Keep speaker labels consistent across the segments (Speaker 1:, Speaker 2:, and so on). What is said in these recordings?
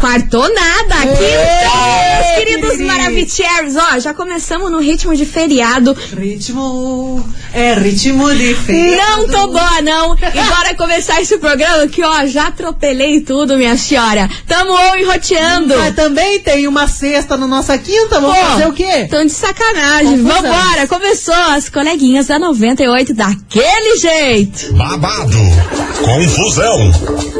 Speaker 1: Quartou nada!
Speaker 2: É,
Speaker 1: Aqui estamos, queridos Maravicheros! Ó, já começamos no ritmo de feriado.
Speaker 2: Ritmo. É ritmo de
Speaker 1: Não tô boa, não! E bora começar esse programa que, ó, já atropelei tudo, minha senhora! Tamo on e roteando!
Speaker 2: Mas também tem uma sexta na nossa quinta, então vamos
Speaker 1: Pô,
Speaker 2: fazer o quê?
Speaker 1: Tão de sacanagem!
Speaker 2: Confusão.
Speaker 1: Vambora! Começou as coleguinhas da 98 daquele jeito!
Speaker 3: Babado, confusão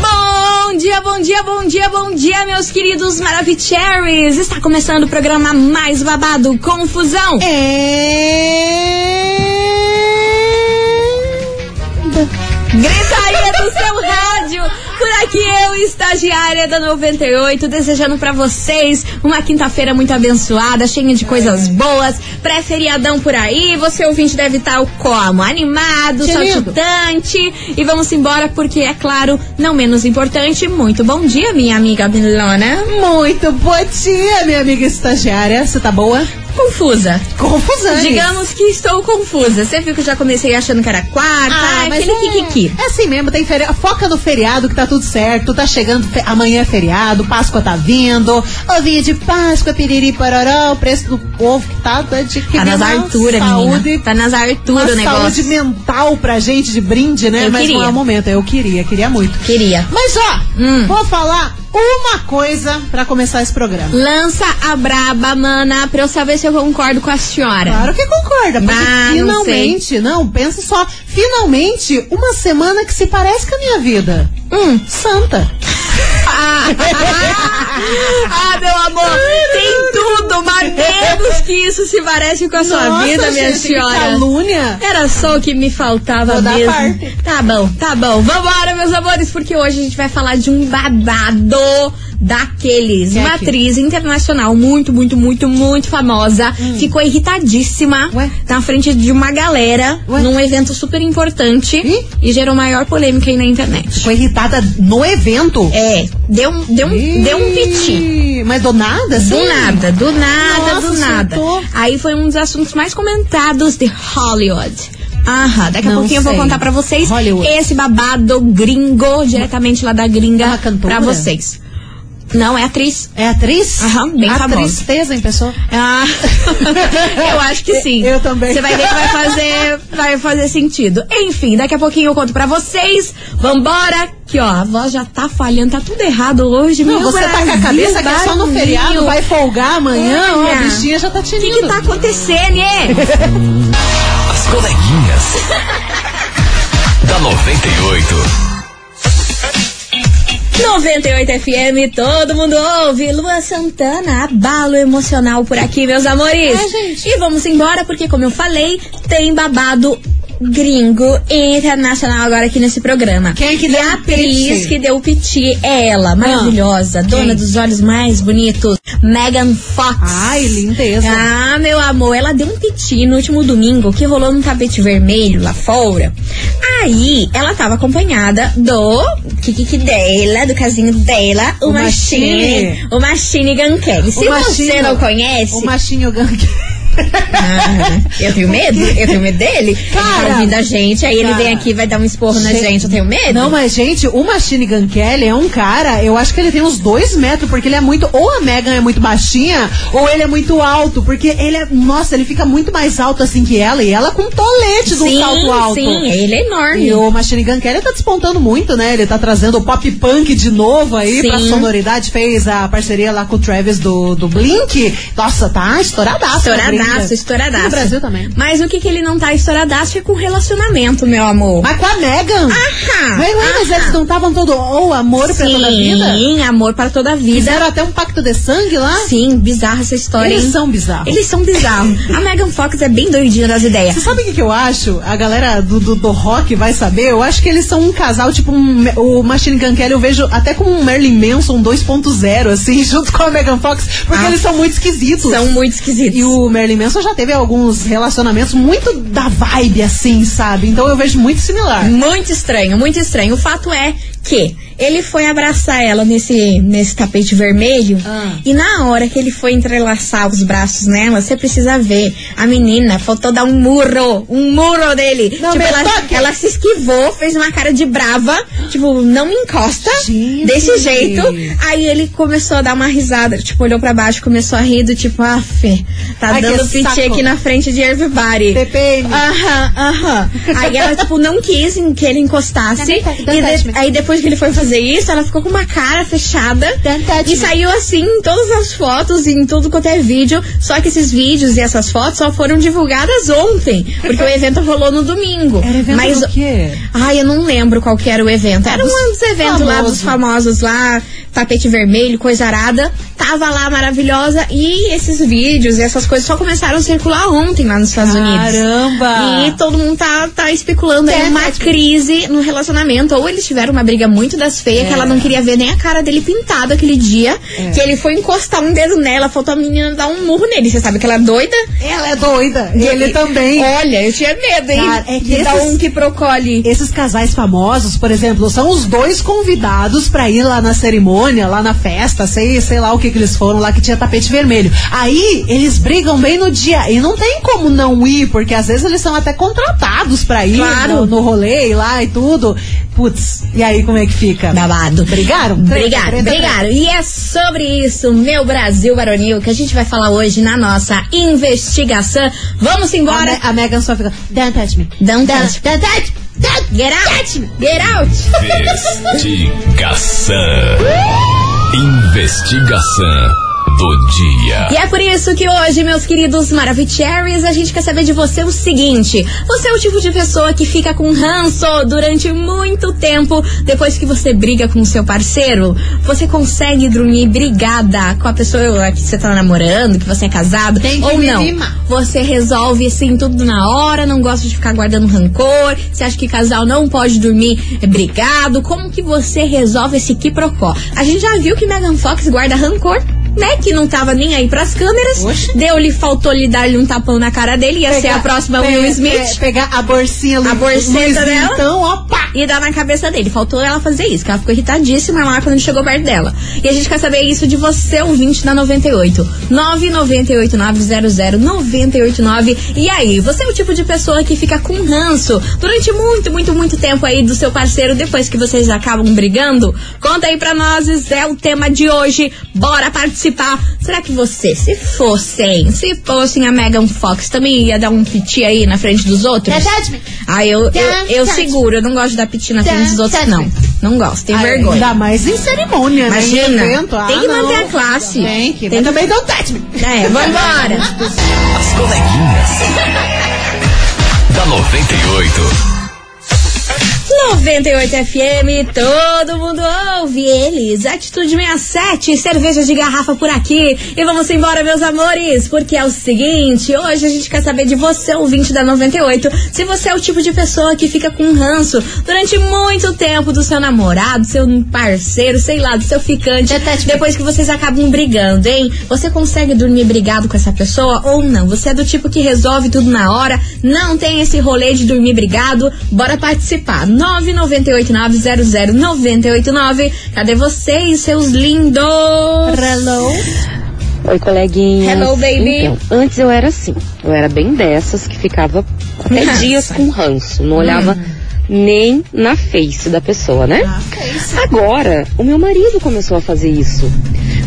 Speaker 1: Bom dia, bom dia, bom dia, bom dia, meus queridos Maravicheries! Está começando o programa mais babado, Confusão!
Speaker 2: é
Speaker 1: Gritaria do seu rádio! Por aqui eu, estagiária da 98, desejando pra vocês uma quinta-feira muito abençoada, cheia de coisas boas, pré-feriadão por aí, você ouvinte deve estar o como? Animado,
Speaker 2: Querido.
Speaker 1: saltitante. E vamos embora, porque é claro, não menos importante, muito bom dia, minha amiga Milona.
Speaker 2: Muito bom dia, minha amiga estagiária. Você tá boa?
Speaker 1: Confusa.
Speaker 2: Confusão.
Speaker 1: Digamos que estou confusa. Você viu que eu já comecei achando que era quarta,
Speaker 2: Ah,
Speaker 1: ai,
Speaker 2: mas
Speaker 1: aquele
Speaker 2: é,
Speaker 1: kikiki.
Speaker 2: é assim mesmo, tem feriado. Foca no feriado que tá tudo certo. Tá chegando, fe- amanhã é feriado, Páscoa tá vindo. Ovinha de Páscoa, piriri pororó, o preço do ovo que tá tá de que
Speaker 1: Tá nas
Speaker 2: uma
Speaker 1: Arturas,
Speaker 2: saúde,
Speaker 1: menina. Tá nas Arturas o
Speaker 2: uma
Speaker 1: negócio.
Speaker 2: saúde mental pra gente de brinde, né?
Speaker 1: Eu
Speaker 2: Mas não
Speaker 1: queria.
Speaker 2: é o momento, eu queria, queria muito.
Speaker 1: Queria.
Speaker 2: Mas ó,
Speaker 1: Hum.
Speaker 2: vou falar uma coisa pra começar esse programa.
Speaker 1: Lança a braba, mana, pra eu saber se eu concordo com a senhora.
Speaker 2: Claro que concorda, porque
Speaker 1: É. Ah, não
Speaker 2: finalmente, não, pensa só, finalmente uma semana que se parece com a minha vida.
Speaker 1: Hum.
Speaker 2: Santa.
Speaker 1: Ah, ah, meu amor, tem tudo, mas menos que isso se parece com a sua
Speaker 2: Nossa,
Speaker 1: vida, minha
Speaker 2: gente, que
Speaker 1: senhora.
Speaker 2: calúnia.
Speaker 1: Era só o que me faltava
Speaker 2: Vou dar
Speaker 1: mesmo.
Speaker 2: parte.
Speaker 1: Tá bom, tá bom. Vambora, meus amores, porque hoje a gente vai falar de um babado daqueles.
Speaker 2: Que é
Speaker 1: uma
Speaker 2: aquilo?
Speaker 1: atriz internacional muito, muito, muito, muito famosa. Ficou irritadíssima
Speaker 2: Hum. Ué?
Speaker 1: na frente de uma galera
Speaker 2: Ué?
Speaker 1: num evento super importante
Speaker 2: Ih?
Speaker 1: e gerou maior polêmica aí na internet.
Speaker 2: Foi irritada no evento?
Speaker 1: É, deu, um- deu, um- deu um piti.
Speaker 2: piti. Mas do nada, assim?
Speaker 1: Do nada, do nada,
Speaker 2: Nossa,
Speaker 1: do nada.
Speaker 2: surtou.
Speaker 1: Aí foi um dos assuntos mais comentados de Hollywood. Aham, daqui a
Speaker 2: Não
Speaker 1: pouquinho eu
Speaker 2: sei.
Speaker 1: vou contar pra vocês
Speaker 2: Hollywood.
Speaker 1: esse babado gringo, diretamente lá da
Speaker 2: É
Speaker 1: gringa,
Speaker 2: uma cantora?
Speaker 1: pra vocês. Não, é atriz.
Speaker 2: É atriz?
Speaker 1: Aham, bem
Speaker 2: A
Speaker 1: famosa.
Speaker 2: tristeza em pessoa.
Speaker 1: Ah, eu acho que sim.
Speaker 2: Eu também.
Speaker 1: Você vai ver que vai fazer, vai fazer sentido. Enfim, daqui a pouquinho eu conto pra vocês. Vambora, que ó, a voz já tá falhando, tá tudo errado hoje.
Speaker 2: Não,
Speaker 1: meu
Speaker 2: você tá com a
Speaker 1: Brasil,
Speaker 2: cabeça que é só no
Speaker 1: barulho.
Speaker 2: feriado, vai folgar amanhã, ó, a
Speaker 1: Olha.
Speaker 2: bichinha já tá te
Speaker 1: O que, que tá acontecendo, hein?
Speaker 4: As coleguinhas. da 98.
Speaker 1: 98 FM, todo mundo ouve. Lua Santana, abalo emocional por aqui, meus amores.
Speaker 2: É, gente.
Speaker 1: E vamos embora, porque, como eu falei, tem babado gringo e internacional agora aqui nesse programa.
Speaker 2: Quem é que
Speaker 1: e
Speaker 2: deu
Speaker 1: a
Speaker 2: o piti? Ah,
Speaker 1: atriz que deu o piti é ela, maravilhosa, dona
Speaker 2: quem?
Speaker 1: dos olhos mais bonitos, Megan Fox.
Speaker 2: Ai, lindeza.
Speaker 1: Ah, meu amor, ela deu um piti no último domingo que rolou num tapete vermelho lá fora. Aí, ela tava acompanhada do Kikiki dela, do casinho dela, o,
Speaker 2: O
Speaker 1: Machine.
Speaker 2: Machine.
Speaker 1: O Machine Gun Kelly. Se
Speaker 2: O
Speaker 1: você
Speaker 2: machinho-
Speaker 1: não conhece.
Speaker 2: O machinho gangue.
Speaker 1: Ah, eu tenho medo, eu tenho medo dele. ele
Speaker 2: Cara.
Speaker 1: tá ouvindo a gente, aí ele
Speaker 2: Cara.
Speaker 1: vem aqui e vai dar um esporro na
Speaker 2: Gente.
Speaker 1: gente, eu tenho medo.
Speaker 2: Não, mas gente, o Machine Gun Kelly é um cara, eu acho que ele tem uns dois metros, porque ele é muito, ou a Megan é muito baixinha, ou ele é muito alto, porque ele é, nossa, ele fica muito mais alto assim que ela, e ela com um tolete de um
Speaker 1: sim,
Speaker 2: salto alto.
Speaker 1: sim, ele é enorme.
Speaker 2: E o Machine Gun Kelly tá despontando muito, né? Ele tá trazendo o pop punk de novo aí
Speaker 1: Sim.
Speaker 2: pra sonoridade. Fez a parceria lá com o Travis do, do Blink. Nossa, tá estouradaço. na
Speaker 1: estouradaço,
Speaker 2: vida.
Speaker 1: estouradaço.
Speaker 2: No Brasil também.
Speaker 1: Mas o que, que ele não tá estouradaço é com relacionamento, meu amor.
Speaker 2: Mas com a Megan?
Speaker 1: Ahá,
Speaker 2: Mas ué, mas
Speaker 1: ahá.
Speaker 2: eles não estavam todo ou amor pra toda a vida?
Speaker 1: Sim, amor para toda a vida.
Speaker 2: Fizeram até um pacto de sangue lá?
Speaker 1: Sim, bizarra essa história.
Speaker 2: Eles
Speaker 1: hein?
Speaker 2: são bizarros.
Speaker 1: Eles são bizarros. a Megan Fox é bem doidinha das ideias.
Speaker 2: Você sabe o que, que eu acho? A galera do, do, do rock vai saber. Eu acho que eles são um casal, tipo um- o Machine Gun Kelly, eu vejo até como um Merlin Manson 2.0, assim, junto com a Megan Fox, porque
Speaker 1: Ah.
Speaker 2: eles são muito esquisitos.
Speaker 1: São muito esquisitos.
Speaker 2: E o Merlin Manson já teve alguns relacionamentos muito da vibe, assim, sabe? Então eu vejo muito similar.
Speaker 1: Muito estranho, muito estranho. O fato é que ele foi abraçar ela nesse, nesse tapete vermelho
Speaker 2: Ah.
Speaker 1: e na hora que ele foi entrelaçar os braços nela, você precisa ver. A menina faltou dar um murro, um murro dele.
Speaker 2: Não
Speaker 1: tipo,
Speaker 2: me
Speaker 1: ela,
Speaker 2: toque!
Speaker 1: ela se esquivou, fez uma cara de brava, tipo, não me encosta
Speaker 2: Gente!
Speaker 1: desse jeito. Aí ele começou a dar uma risada, tipo, olhou pra baixo, começou a rir do tipo, ah, Fê, tá
Speaker 2: Ai, que
Speaker 1: dando piti
Speaker 2: saco."
Speaker 1: aqui na frente de everybody.
Speaker 2: TPM.
Speaker 1: Ah. Aham, aham. Aí ela, tipo, não quis em que ele encostasse.
Speaker 2: Não, não,
Speaker 1: E
Speaker 2: não touch
Speaker 1: de-
Speaker 2: me.
Speaker 1: aí depois que ele foi fazer isso, ela ficou com uma cara fechada.
Speaker 2: Não touch
Speaker 1: E
Speaker 2: me.
Speaker 1: saiu assim em todas as fotos e em tudo quanto é vídeo. Só que esses vídeos e essas fotos só foram divulgadas ontem. Porque o evento rolou no domingo.
Speaker 2: Era evento
Speaker 1: Mas
Speaker 2: do quê?
Speaker 1: Ai, eu não lembro qual que era o evento. Era um dos eventos lá
Speaker 2: famosos.
Speaker 1: dos famosos lá, tapete vermelho, coisa arada. Tava lá maravilhosa e esses vídeos e essas coisas só começaram a circular ontem lá nos Estados Unidos.
Speaker 2: Caramba!
Speaker 1: E todo mundo tá, tá especulando aí
Speaker 2: É,
Speaker 1: uma
Speaker 2: tá,
Speaker 1: crise no relacionamento. Ou eles tiveram uma briga muito das feias,
Speaker 2: É.
Speaker 1: que ela não queria ver nem a cara dele pintada aquele dia. Que ele foi encostar um dedo nela, faltou a menina dar um murro nele. Você sabe que ela é doida?
Speaker 2: Ela é doida. E ele também.
Speaker 1: Olha, eu tinha medo, hein?
Speaker 2: Cara, é que
Speaker 1: de dar
Speaker 2: esses-
Speaker 1: um que procole.
Speaker 2: Esses casais famosos, por exemplo, são os dois convidados pra ir lá na cerimônia, lá na festa, sei, sei lá o que que eles foram lá que tinha tapete vermelho. Aí eles brigam bem no dia e não tem como não ir, porque às vezes eles são até contratados pra ir
Speaker 1: Claro.
Speaker 2: no, no rolê e lá e tudo. Putz, e aí como é que fica?
Speaker 1: Babado.
Speaker 2: Brigaram?
Speaker 1: Obrigado,
Speaker 2: Treta, treta,
Speaker 1: obrigado. E é sobre isso, meu Brasil varonil, que a gente vai falar hoje na nossa investigação. Vamos
Speaker 2: A,
Speaker 1: embora.
Speaker 2: Me- a Megan só fica, don't touch me.
Speaker 1: Don't touch. Don't touch. Don't- Get out. Get out.
Speaker 4: Investigação. Investigação do dia.
Speaker 1: E é por isso que hoje, meus queridos Maravicheries, a gente quer saber de você o seguinte: você é o tipo de pessoa que fica com ranço durante muito tempo depois que você briga com o seu parceiro? Você consegue dormir brigada com a pessoa que você tá namorando, que você é casado?
Speaker 2: Tem que
Speaker 1: ou
Speaker 2: me
Speaker 1: não?
Speaker 2: limar.
Speaker 1: Você resolve assim tudo na hora, não gosta de ficar guardando rancor. Você acha que casal não pode dormir é, brigado? Como que você resolve esse quiprocó? A gente já viu que Megan Fox guarda rancor, né? Que não tava nem aí pras câmeras.
Speaker 2: Oxe.
Speaker 1: Deu-lhe, faltou-lhe dar-lhe um tapão na cara dele. Ia ser a próxima
Speaker 2: pe-
Speaker 1: Will
Speaker 2: pe-
Speaker 1: Smith.
Speaker 2: pegar a borsinha
Speaker 1: A
Speaker 2: Lu-
Speaker 1: borceta
Speaker 2: Luizinho,
Speaker 1: dela.
Speaker 2: Então, ó, pá.
Speaker 1: E dar na cabeça dele. Faltou ela fazer isso, que ela ficou irritadíssima lá quando chegou perto dela. E a gente quer saber isso de você, ouvinte da 98. 998900989. E aí, você é o tipo de pessoa que fica com ranço durante muito, muito, muito tempo aí do seu parceiro depois que vocês acabam brigando? Conta aí pra nós, é o tema de hoje. Bora participar. Será que você, se fossem, se fossem a Megan Fox, também ia dar um piti aí na frente dos outros? Ah, eu, eu, eu seguro, eu não gosto de dar piti na frente dos outros, não. Não gosto, tem
Speaker 2: Ah,
Speaker 1: vergonha.
Speaker 2: Ainda mais em cerimônia, né? Em
Speaker 1: Imagina,
Speaker 2: evento. Ah,
Speaker 1: tem que
Speaker 2: não.
Speaker 1: manter a classe.
Speaker 2: Tem que.
Speaker 1: Tem
Speaker 2: Mas
Speaker 1: que-
Speaker 2: também don't touch me.
Speaker 1: É, vambora.
Speaker 4: As coleguinhas. da 98.
Speaker 1: 98 FM, todo mundo ouve eles. Atitude 67, cerveja de garrafa por aqui. E vamos embora, meus amores, porque é o seguinte: hoje a gente quer saber de você, ouvinte da 98, se você é o tipo de pessoa que fica com ranço durante muito tempo do seu namorado, seu parceiro, sei lá, do seu ficante. Depois que vocês acabam brigando, hein? Você consegue dormir brigado com essa pessoa ou não? Você é do tipo que resolve tudo na hora, não tem esse rolê de dormir brigado? Bora participar. 998900989. Cadê vocês, seus lindos? Hello.
Speaker 5: Oi, coleguinha.
Speaker 1: Hello, baby.
Speaker 5: Então, antes eu era assim. Eu era bem dessas que ficava até
Speaker 1: Nossa. Hum.
Speaker 5: dias com ranço. Não olhava nem na
Speaker 1: Ah,
Speaker 5: face da pessoa, né? Agora, o meu marido começou a fazer isso.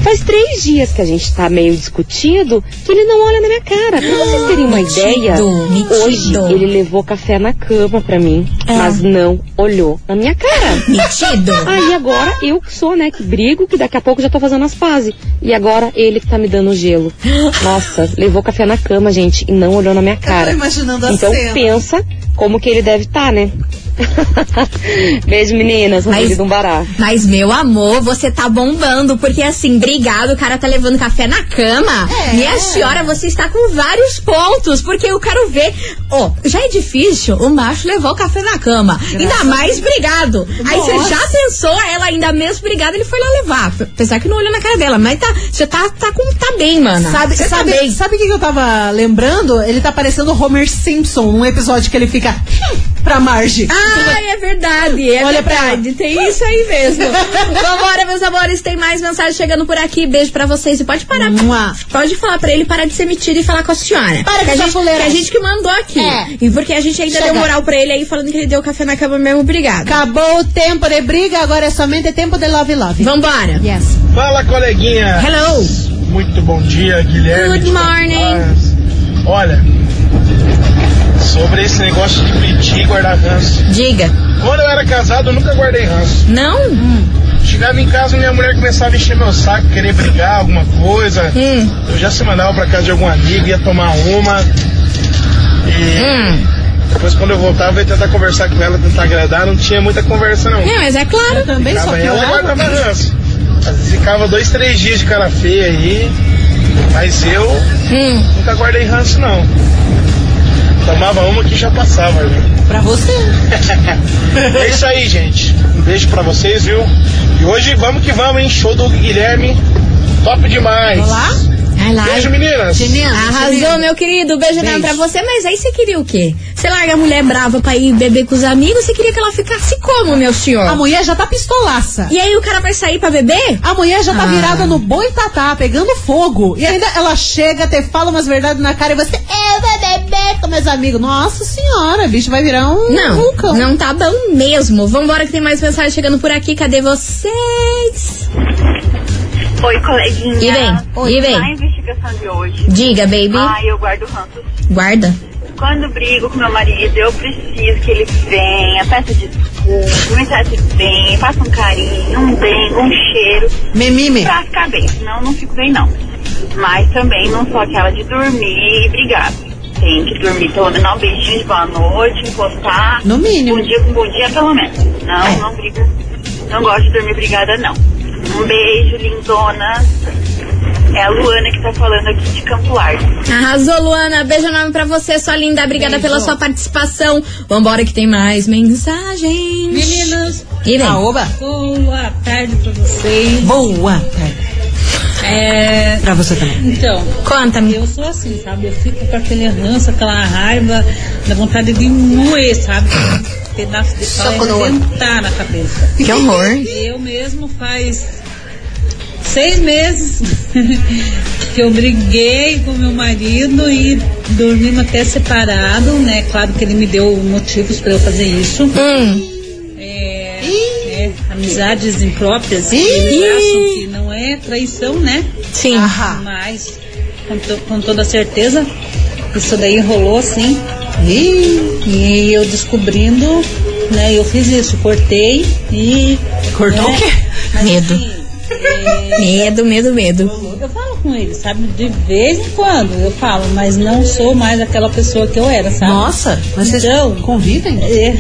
Speaker 5: Faz três dias que a gente tá meio discutido que ele não olha na minha cara. Pra vocês terem uma
Speaker 1: Metido,
Speaker 5: ideia,
Speaker 1: metido.
Speaker 5: hoje ele levou café na cama pra mim,
Speaker 1: É.
Speaker 5: mas não olhou na minha cara.
Speaker 1: Metido.
Speaker 5: Aí agora eu que sou, né, que brigo, que daqui a pouco eu já tô fazendo as pazes. E agora ele que tá me dando gelo. Nossa, levou café na cama, gente, e não olhou na minha cara.
Speaker 2: imaginando a
Speaker 5: Então
Speaker 2: cena.
Speaker 5: pensa como que ele deve estar, né? Beijo, meninas. Um
Speaker 1: Mas-
Speaker 5: beijo de um bará.
Speaker 1: Mas, meu amor, você tá bombando, porque assim, brigado, o cara tá levando café na cama. Minha senhora, você está com vários pontos, porque eu quero ver. Ó, já é difícil o macho levar o café na cama. ainda mais brigado. Aí você já pensou, ela ainda mesmo brigada, ele foi lá levar. Apesar que não olhou na cara dela, mas tá, você tá, tá, com, tá bem, mano.
Speaker 2: Sabe,
Speaker 1: você
Speaker 2: sabe,
Speaker 1: tá bem.
Speaker 2: sabe o que que eu tava lembrando? Ele tá parecendo o Homer Simpson num episódio que ele fica pra Marge.
Speaker 1: Ah, é verdade, é
Speaker 2: Olha pra
Speaker 1: verdade. Tem isso aí mesmo. Vambora, meus amores, tem mais mensagem chegando por aqui. Beijo pra vocês. E pode parar.
Speaker 2: Mua.
Speaker 1: Pode falar pra ele parar de ser metido e falar com a senhora.
Speaker 2: Para
Speaker 1: que
Speaker 2: com
Speaker 1: a
Speaker 2: essa
Speaker 1: gente, que
Speaker 2: fuleiragem.
Speaker 1: a gente que mandou aqui.
Speaker 2: É.
Speaker 1: E porque a gente ainda
Speaker 2: Chega.
Speaker 1: deu moral pra ele aí, falando que ele deu café na cama mesmo. Obrigado.
Speaker 2: Acabou o tempo de briga, agora é somente tempo de love love.
Speaker 1: Vambora.
Speaker 2: Yes.
Speaker 6: Fala, coleguinha.
Speaker 1: Hello.
Speaker 6: Muito bom dia, Guilherme.
Speaker 1: Good
Speaker 6: de
Speaker 1: morning.
Speaker 6: Campinas. Olha, sobre esse negócio de pedir e guardar ranço.
Speaker 1: Diga.
Speaker 6: Quando eu era casado, eu nunca guardei ranço.
Speaker 1: Não?
Speaker 2: Hum.
Speaker 6: Chegava em casa, minha mulher começava a encher meu saco, querer brigar, alguma coisa.
Speaker 1: Hum.
Speaker 6: Eu já se mandava pra casa de algum amigo, ia tomar uma. E
Speaker 1: Hum.
Speaker 6: depois, quando eu voltava, eu ia tentar conversar com ela, tentar agradar. Não tinha muita conversa, não.
Speaker 1: Não, mas é claro.
Speaker 2: Também
Speaker 5: Tá
Speaker 2: só
Speaker 6: Ficava ela
Speaker 2: piorava.
Speaker 6: guardava ranço. Às vezes ficava dois, três dias de cara feia aí. Mas eu
Speaker 1: Hum.
Speaker 6: Nunca guardei ranço, não. Tomava uma que já passava, viu?
Speaker 2: Pra você.
Speaker 6: É isso aí, gente. Um beijo pra vocês, viu? E hoje vamos que vamos, hein? Show do Guilherme. Top demais.
Speaker 2: Olá?
Speaker 1: Vai lá.
Speaker 6: Beijo, meninas.
Speaker 1: Arrasou, meu querido. Beijo enorme pra
Speaker 2: Beijo.
Speaker 1: você. Mas aí você queria o quê? Você larga a mulher brava pra ir beber com os amigos? Você queria que ela ficasse como, meu senhor?
Speaker 2: A mulher já tá pistolaça.
Speaker 1: E aí o cara vai sair pra beber?
Speaker 2: A mulher já tá
Speaker 1: Ah.
Speaker 2: virada no boi tatá, pegando fogo. E ainda ela chega, te fala umas verdades na cara e você. Eu vou beber com meus amigos. Nossa senhora, bicho, vai virar um
Speaker 1: Não,
Speaker 2: vulcão.
Speaker 1: não tá bom mesmo. Vambora que tem mais mensagem chegando por aqui. Cadê vocês?
Speaker 7: Oi, coleguinha.
Speaker 1: E bem, e bem.
Speaker 7: Na investigação de hoje.
Speaker 1: Diga, baby.
Speaker 7: Ai, eu guardo ranços.
Speaker 1: Guarda.
Speaker 7: Quando brigo com meu marido, eu preciso que ele venha, peça desculpa, me trate bem, faça um carinho, um beijo, um cheiro,
Speaker 2: Memime.
Speaker 7: pra ficar bem. Senão eu não fico bem, não. Mas também não sou aquela de dormir e brigar. Tem que dormir pelo menos dar um beijinho de boa noite, encostar.
Speaker 2: No mínimo. É.
Speaker 7: Bom dia com bom dia, pelo menos. Não, não briga. Não gosto de dormir brigada, não. Um beijo, lindona. É a Luana que tá falando aqui de Campo Arte.
Speaker 1: Arrasou, Luana. Beijo enorme pra você, sua linda. Obrigada pela sua participação. Vambora que tem mais mensagens.
Speaker 8: Meninas,
Speaker 1: E bem.
Speaker 2: Ah, oba.
Speaker 8: boa tarde pra vocês.
Speaker 2: Boa. tarde.
Speaker 8: É,
Speaker 2: Pra você também.
Speaker 8: então,
Speaker 1: Conta-me.
Speaker 8: eu sou assim, sabe? Eu fico com aquele ranço, aquela raiva, dá vontade de moer, sabe? Um pedaço de pau
Speaker 2: Soco no
Speaker 8: e
Speaker 2: olho.
Speaker 8: sentar na cabeça.
Speaker 1: Que horror.
Speaker 8: Eu mesmo faz seis meses que eu briguei com meu marido e dormimos até separado, né? Claro que ele me deu motivos pra eu fazer isso.
Speaker 1: Hum.
Speaker 8: É, é, amizades impróprias, eles acham que não é traição, né?
Speaker 1: Sim.
Speaker 2: Ahá.
Speaker 8: Mas, com, to- com toda certeza, isso daí rolou sim.
Speaker 2: Ih,
Speaker 8: E eu descobrindo, né, eu fiz isso, cortei e.
Speaker 2: Cortou
Speaker 8: né,
Speaker 2: o quê?
Speaker 8: mas
Speaker 1: Medo.
Speaker 8: assim, é,
Speaker 1: Medo, medo, medo.
Speaker 8: eu falo com ele, sabe? De vez em quando eu falo, mas não sou mais aquela pessoa que eu era,
Speaker 2: Tá.
Speaker 8: sabe?
Speaker 2: Nossa, mas vocês
Speaker 8: Então-
Speaker 2: convivem?
Speaker 8: É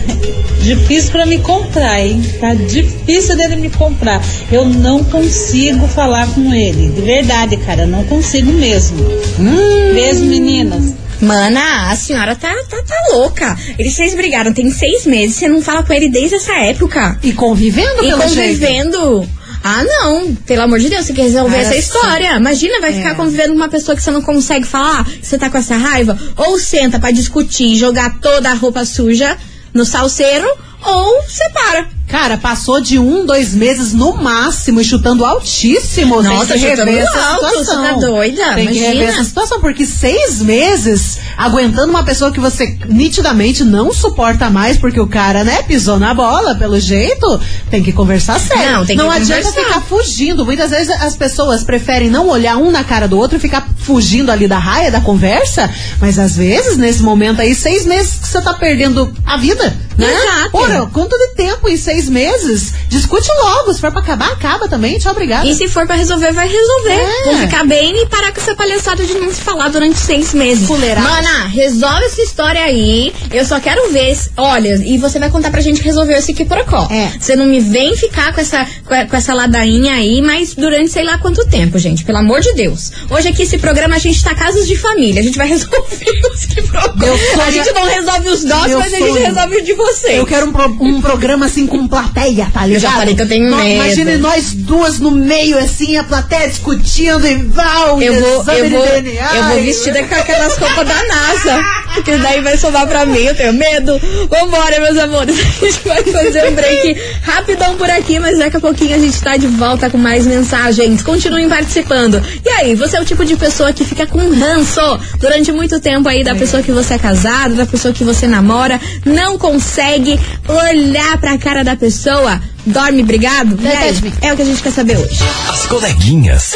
Speaker 8: difícil pra me comprar, hein? Tá difícil dele me comprar. Eu não consigo falar com ele. De verdade, cara, eu não consigo mesmo.
Speaker 2: Hum.
Speaker 8: Beijo, meninas.
Speaker 1: Mana, a senhora tá, tá, tá louca. Eles vocês brigaram, tem seis meses, você não fala com ele desde essa época.
Speaker 2: E convivendo,
Speaker 1: E
Speaker 2: pelo jeito.
Speaker 1: convivendo. Ah, não. Pelo amor de Deus, você quer resolver
Speaker 2: Ah,
Speaker 1: essa
Speaker 2: sim.
Speaker 1: história. Imagina, vai ficar convivendo com uma pessoa que você não consegue falar, que você tá com essa raiva. Ou senta pra discutir, jogar toda a roupa suja no salseiro, ou separa.
Speaker 2: Cara, passou de um, dois meses no máximo e chutando altíssimo.
Speaker 1: Nossa,
Speaker 2: tem que rever
Speaker 1: chutando
Speaker 2: essa
Speaker 1: alto,
Speaker 2: situação.
Speaker 1: você tá doida?
Speaker 2: Tem que rever
Speaker 1: Imagina.
Speaker 2: essa situação, porque seis meses aguentando uma pessoa que você nitidamente não suporta mais, porque o cara, né, pisou na bola, pelo jeito, tem que conversar sério.
Speaker 1: Não, tem que
Speaker 2: adianta
Speaker 1: conversar.
Speaker 2: ficar fugindo. Muitas vezes as pessoas preferem não olhar um na cara do outro e ficar fugindo ali da raia, da conversa, mas às vezes, nesse momento aí, seis meses que você tá perdendo a vida, né?
Speaker 1: Exato.
Speaker 2: Ora, quanto de tempo em seis meses? Discute logo. Se for pra acabar, acaba também. Tchau, obrigada.
Speaker 1: E se for pra resolver, vai resolver.
Speaker 2: É.
Speaker 1: Vou ficar bem e parar com essa palhaçada de não se falar durante seis meses.
Speaker 2: Fuleiragem.
Speaker 1: Mana, resolve essa história aí. Eu só quero ver. se- Olha, e você vai contar pra gente que resolveu esse quiprocó.
Speaker 2: É.
Speaker 1: Você não me vem ficar com essa, com a- com essa ladainha aí, mas durante sei lá quanto tempo, gente. Pelo amor de Deus. Hoje aqui esse programa a gente tá casos de família. A gente vai resolver os quiprocó.
Speaker 2: Meu sonho
Speaker 1: A gente
Speaker 2: é-
Speaker 1: não resolve os nossos,
Speaker 2: Meu
Speaker 1: mas a gente
Speaker 2: sonho.
Speaker 1: resolve os de vocês.
Speaker 2: Eu quero um, pro- um programa assim com plateia, tá ligado?
Speaker 1: Eu já falei que eu tenho
Speaker 2: No-
Speaker 1: medo.
Speaker 2: Imagine nós duas no meio, assim, a plateia discutindo e val,
Speaker 1: Eu vou,
Speaker 2: exame
Speaker 1: eu
Speaker 2: de
Speaker 1: vou,
Speaker 2: DNA,
Speaker 1: eu vou
Speaker 2: e-
Speaker 1: vestida com aquelas roupas da NASA. Porque daí vai sobrar pra mim, eu tenho medo. Vambora, meus amores. A gente vai fazer um break rapidão por aqui, mas daqui a pouquinho a gente tá de volta com mais mensagens. Continuem participando. E aí, você é o tipo de pessoa que fica com ranço durante muito tempo aí da pessoa que você é casado, da pessoa que você namora, não consegue olhar pra cara da pessoa, dorme brigado? E aí,
Speaker 2: Repete-me.
Speaker 1: é o que a gente quer saber hoje.
Speaker 4: As coleguinhas.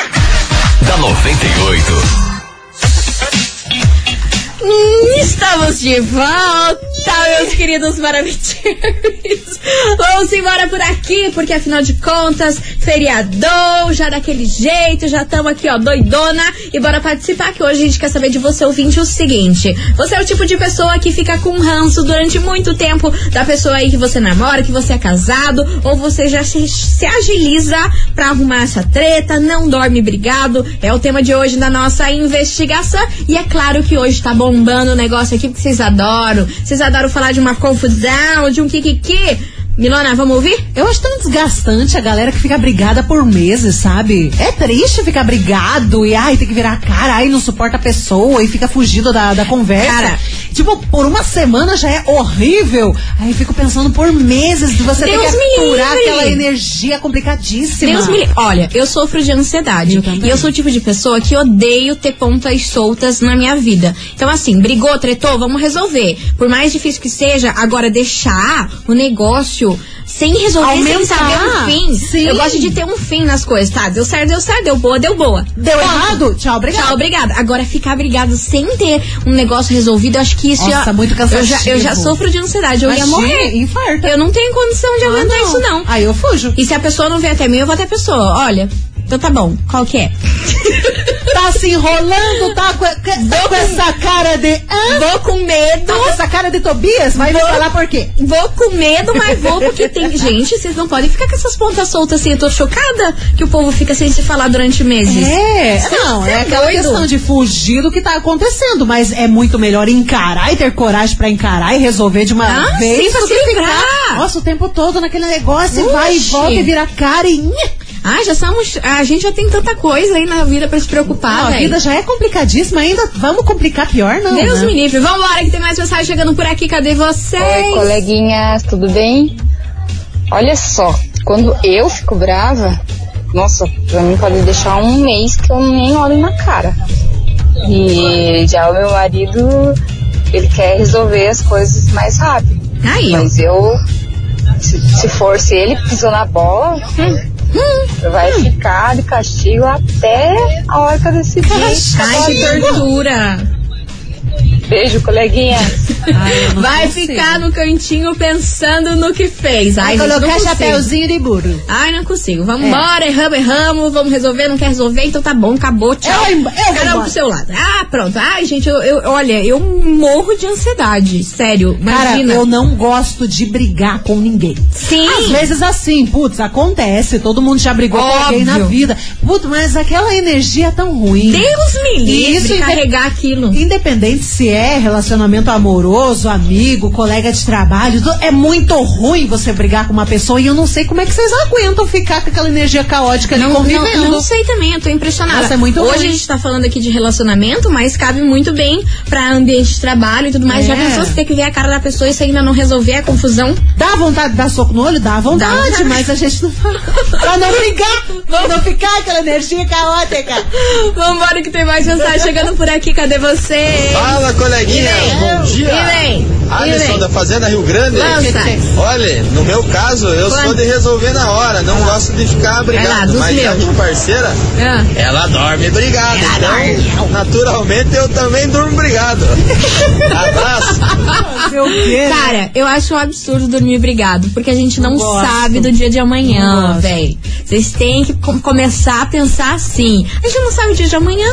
Speaker 4: da 98.
Speaker 1: Hum, Estamos de volta, meus queridos maravilhosos. Vamos embora por aqui, porque afinal de contas, feriadão, já daquele jeito, já estamos aqui, ó, doidona. E bora participar que hoje a gente quer saber de você, ouvinte, o seguinte. Você é o tipo de pessoa que fica com ranço durante muito tempo da pessoa aí que você namora, que você é casado, ou você já se, se agiliza pra arrumar essa treta, não dorme brigado. É o tema de hoje da nossa investigação. E é claro que hoje tá bombando o negócio aqui, porque vocês adoram. Vocês adoram falar de uma confusão, de um kikiki. Milona, vamos ouvir?
Speaker 2: Eu acho tão desgastante a galera que fica brigada por meses, sabe? É triste ficar brigado e ai, tem que virar a cara, ai, não suporta a pessoa e fica fugido da, da conversa.
Speaker 1: Cara.
Speaker 2: tipo, por uma semana já é horrível. Aí eu fico pensando por meses de você
Speaker 1: Deus
Speaker 2: ter
Speaker 1: me
Speaker 2: que aturar
Speaker 1: livre.
Speaker 2: aquela energia complicadíssima.
Speaker 1: Deus me li- Olha, eu sofro de ansiedade.
Speaker 2: Eu também.
Speaker 1: e eu sou o tipo de pessoa que odeio ter pontas soltas na minha vida. Então, assim, brigou, tretou, vamos resolver. Por mais difícil que seja, agora deixar o negócio sem resolver, sem
Speaker 2: Aumentar.
Speaker 1: saber um fim.
Speaker 2: Sim.
Speaker 1: Eu gosto de ter um fim nas coisas, tá? Deu certo, deu certo, deu boa, deu boa.
Speaker 2: Deu errado? Tchau, obrigada.
Speaker 1: Tchau, obrigada. Agora, ficar brigado sem ter um negócio resolvido, eu acho que isso
Speaker 2: Nossa,
Speaker 1: já,
Speaker 2: muito
Speaker 1: eu já.
Speaker 2: cansativo.
Speaker 1: Eu já sofro de ansiedade, eu ia
Speaker 2: Imagina,
Speaker 1: morrer.
Speaker 2: infarta.
Speaker 1: Eu não tenho condição de
Speaker 2: Ah,
Speaker 1: aguentar é isso, não.
Speaker 2: Aí eu fujo.
Speaker 1: E se a pessoa não vier até mim, eu vou até a pessoa. Olha, então tá bom, qual que é?
Speaker 2: Tá se enrolando, tá com, tá com essa cara de. Hã?
Speaker 1: Vou com medo.
Speaker 2: Tá com essa cara de Tobias? Vai me falar por quê?
Speaker 1: Vou com medo, mas vou porque tem. Gente, vocês não podem ficar com essas pontas soltas assim. Eu tô chocada que o povo fica sem se falar durante meses.
Speaker 2: É,
Speaker 1: Cê-
Speaker 2: não,
Speaker 1: cê
Speaker 2: é
Speaker 1: é
Speaker 2: aquela
Speaker 1: doido?
Speaker 2: questão de fugir do que tá acontecendo, mas é muito melhor encarar e ter coragem pra encarar e resolver de uma
Speaker 1: Ah,
Speaker 2: vez
Speaker 1: sim,
Speaker 2: do que
Speaker 1: pra se
Speaker 2: ficar,
Speaker 1: livrar.
Speaker 2: nossa, o tempo todo naquele negócio, e vai e
Speaker 1: Oxi.
Speaker 2: volta e vira a cara e...
Speaker 1: Ah, já somos. A gente já tem tanta coisa aí na vida pra se preocupar,
Speaker 2: Não, a
Speaker 1: véi.
Speaker 2: vida já é complicadíssima, ainda vamos complicar pior, não,
Speaker 1: Deus
Speaker 2: né?
Speaker 1: me livre. Vambora, que tem mais mensagem chegando por aqui. Cadê vocês?
Speaker 5: Oi, coleguinhas, tudo bem? Olha só, quando eu fico brava, nossa, pra mim pode deixar um mês que eu nem olho na cara. E já o meu marido, ele quer resolver as coisas mais rápido.
Speaker 1: Aí, ó.
Speaker 5: Mas eu, se, se for se ele pisou na bola, hum, vai
Speaker 9: Hum.
Speaker 5: ficar de castigo até a hora que eu decidir.
Speaker 1: Ai, que tortura.
Speaker 5: Beijo, coleguinhas.
Speaker 1: Vai ficar no cantinho pensando no que fez. Ai,
Speaker 2: Vai
Speaker 1: gente, não
Speaker 2: colocar
Speaker 1: consigo.
Speaker 2: chapéuzinho de burro.
Speaker 1: Ai, não consigo.
Speaker 2: É.
Speaker 1: Vamos embora, erramos, erramos, vamos resolver, não quer resolver, então tá bom, acabou,
Speaker 2: Eu
Speaker 1: tchau.
Speaker 2: vou embora, eu vou
Speaker 1: Cada um
Speaker 2: embora.
Speaker 1: pro seu lado. Ah, pronto. Ai, gente, eu, eu- olha, eu morro de ansiedade, sério.
Speaker 2: Cara,
Speaker 1: Imagina.
Speaker 2: eu não gosto de brigar com ninguém.
Speaker 1: Sim.
Speaker 2: Às vezes assim, putz, acontece, todo mundo já brigou com alguém na
Speaker 1: Óbvio.
Speaker 2: vida. Putz, mas aquela energia é tão ruim.
Speaker 1: Deus me livre
Speaker 2: Isso, é-
Speaker 1: de
Speaker 2: inde-
Speaker 1: carregar aquilo.
Speaker 2: Independente se qualquer relacionamento amoroso, amigo, colega de trabalho, tu- é muito ruim você brigar com uma pessoa e eu não sei como é que vocês aguentam ficar com aquela energia caótica de
Speaker 1: Não,
Speaker 2: convivendo.
Speaker 1: não, não sei também, eu tô impressionada.
Speaker 2: é Nossa, é muito
Speaker 1: Hoje
Speaker 2: ruim.
Speaker 1: a gente tá falando aqui de relacionamento, mas cabe muito bem pra ambiente de trabalho e tudo mais.
Speaker 2: É.
Speaker 1: Já pensou se ter que ver a cara da pessoa e isso ainda não resolver a confusão?
Speaker 2: Dá vontade de dar soco no olho? Dá vontade,
Speaker 1: Dá vontade.
Speaker 2: mas a gente não fala. pra não ficar, pra não ficar aquela energia caótica.
Speaker 1: Vambora que tem mais mensagem chegando por aqui, cadê você?
Speaker 10: Fala, coleguinhas! Bom dia!
Speaker 1: E vem, e
Speaker 10: Alisson
Speaker 1: vem.
Speaker 10: da Fazenda Rio Grande.
Speaker 1: Lança.
Speaker 10: Olha, no meu caso, eu
Speaker 1: Quando?
Speaker 10: sou de resolver na hora, não gosto de ficar
Speaker 1: Vai lá,
Speaker 10: brigado,
Speaker 1: dos
Speaker 4: É,
Speaker 10: mas a
Speaker 1: meus.
Speaker 4: tipo
Speaker 10: minha parceira,
Speaker 1: Ah.
Speaker 10: ela dorme brigada, então, naturalmente, eu também durmo brigado. Abraço!
Speaker 2: Meu
Speaker 10: É.
Speaker 2: Deus.
Speaker 1: Cara, eu acho um absurdo dormir brigado, porque a gente não,
Speaker 2: Não gosto.
Speaker 1: sabe do dia de
Speaker 2: Não
Speaker 1: amanhã,
Speaker 2: gosto.
Speaker 1: velho. Vocês têm que com- começar a pensar assim. A gente não sabe o dia de amanhã.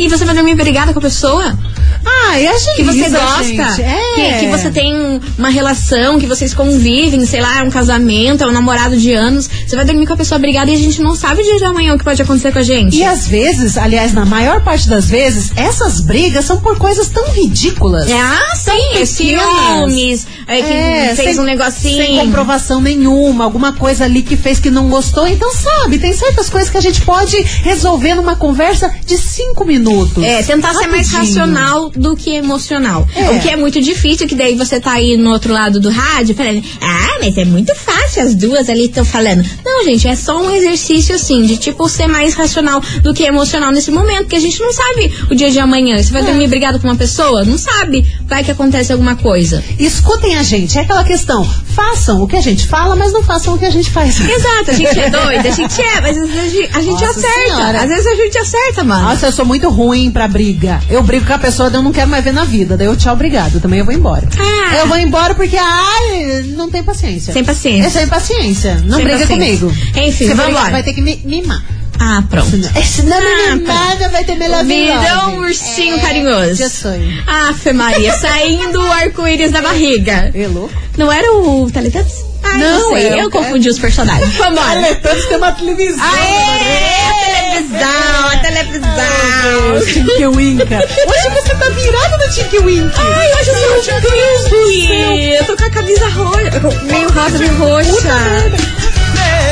Speaker 1: E você vai dormir brigada com a pessoa?
Speaker 2: Ah, eu achei
Speaker 1: que você
Speaker 2: isso,
Speaker 1: gosta,
Speaker 2: gente. É.
Speaker 1: que, que você tem um- uma relação, que vocês convivem, sei lá, é um casamento, é um namorado de anos. Você vai dormir com a pessoa brigada e a gente não sabe o dia de amanhã o que pode acontecer com a gente.
Speaker 2: E às vezes, aliás, na maior parte das vezes, essas brigas são por coisas tão ridículas.
Speaker 1: É, ah, sim, é
Speaker 2: pequenas.
Speaker 1: ciúmes, é que
Speaker 2: É,
Speaker 1: fez
Speaker 2: sem-
Speaker 1: um negocinho.
Speaker 2: Sem comprovação nenhuma, alguma coisa ali que fez que não gostou. Então, sabe, tem certas coisas que a gente pode resolver numa conversa de cinco minutos.
Speaker 1: É, tentar ser mais
Speaker 2: Rapidinho.
Speaker 1: racional do que emocional.
Speaker 2: É.
Speaker 1: O que é muito difícil, que daí você tá aí no outro lado do rádio falando, ah, mas é muito fácil, as duas ali estão falando. Não, gente, é só um exercício assim, de tipo ser mais racional do que emocional nesse momento, porque a gente não sabe o dia de amanhã.
Speaker 2: É.
Speaker 1: Você vai dormir brigado com uma pessoa? Não sabe. Vai que acontece alguma coisa.
Speaker 2: Escutem a gente, é aquela questão. Façam o que a gente fala, mas não façam o que a gente faz.
Speaker 1: Exato, a gente é doida, a gente é, mas às vezes a gente, a gente
Speaker 2: Nossa
Speaker 1: acerta.
Speaker 2: Senhora.
Speaker 1: Às vezes a gente acerta, mano.
Speaker 2: Nossa, eu sou muito ruim pra briga. Eu brigo com a pessoa, daí eu não quero mais ver na vida. Daí eu tchau, obrigado. Também eu vou embora.
Speaker 1: Ah.
Speaker 2: Eu vou embora porque, ai, não tem paciência.
Speaker 1: Sem paciência.
Speaker 2: É sem paciência. Não
Speaker 1: Sem
Speaker 2: briga
Speaker 1: paciência.
Speaker 2: comigo.
Speaker 1: Enfim,
Speaker 2: Você vai
Speaker 1: vambora.
Speaker 2: brigar, Vai ter que me mimar.
Speaker 1: Ah, pronto.
Speaker 2: Se não
Speaker 1: Ah,
Speaker 2: me mimar, não vai ter melhor É,
Speaker 1: Virou um ursinho carinhoso.
Speaker 2: de sonho.
Speaker 1: Afe Maria, saindo o arco-íris da barriga.
Speaker 2: É louco.
Speaker 1: Não era o Teletubbies? Ai, não,
Speaker 2: Não,
Speaker 1: sei,
Speaker 2: é o-
Speaker 1: eu confundi os personagens. Vamos embora.
Speaker 2: Teletubbies tem uma televisão.
Speaker 1: Aê, televisão, a televisão.
Speaker 2: Tinkiwinka. Hoje você tá virada no Tinkiwinka.
Speaker 1: Ai, hoje eu sou um pinguim. Eu tô com a camisa roxa, meio rosa, meio roxa.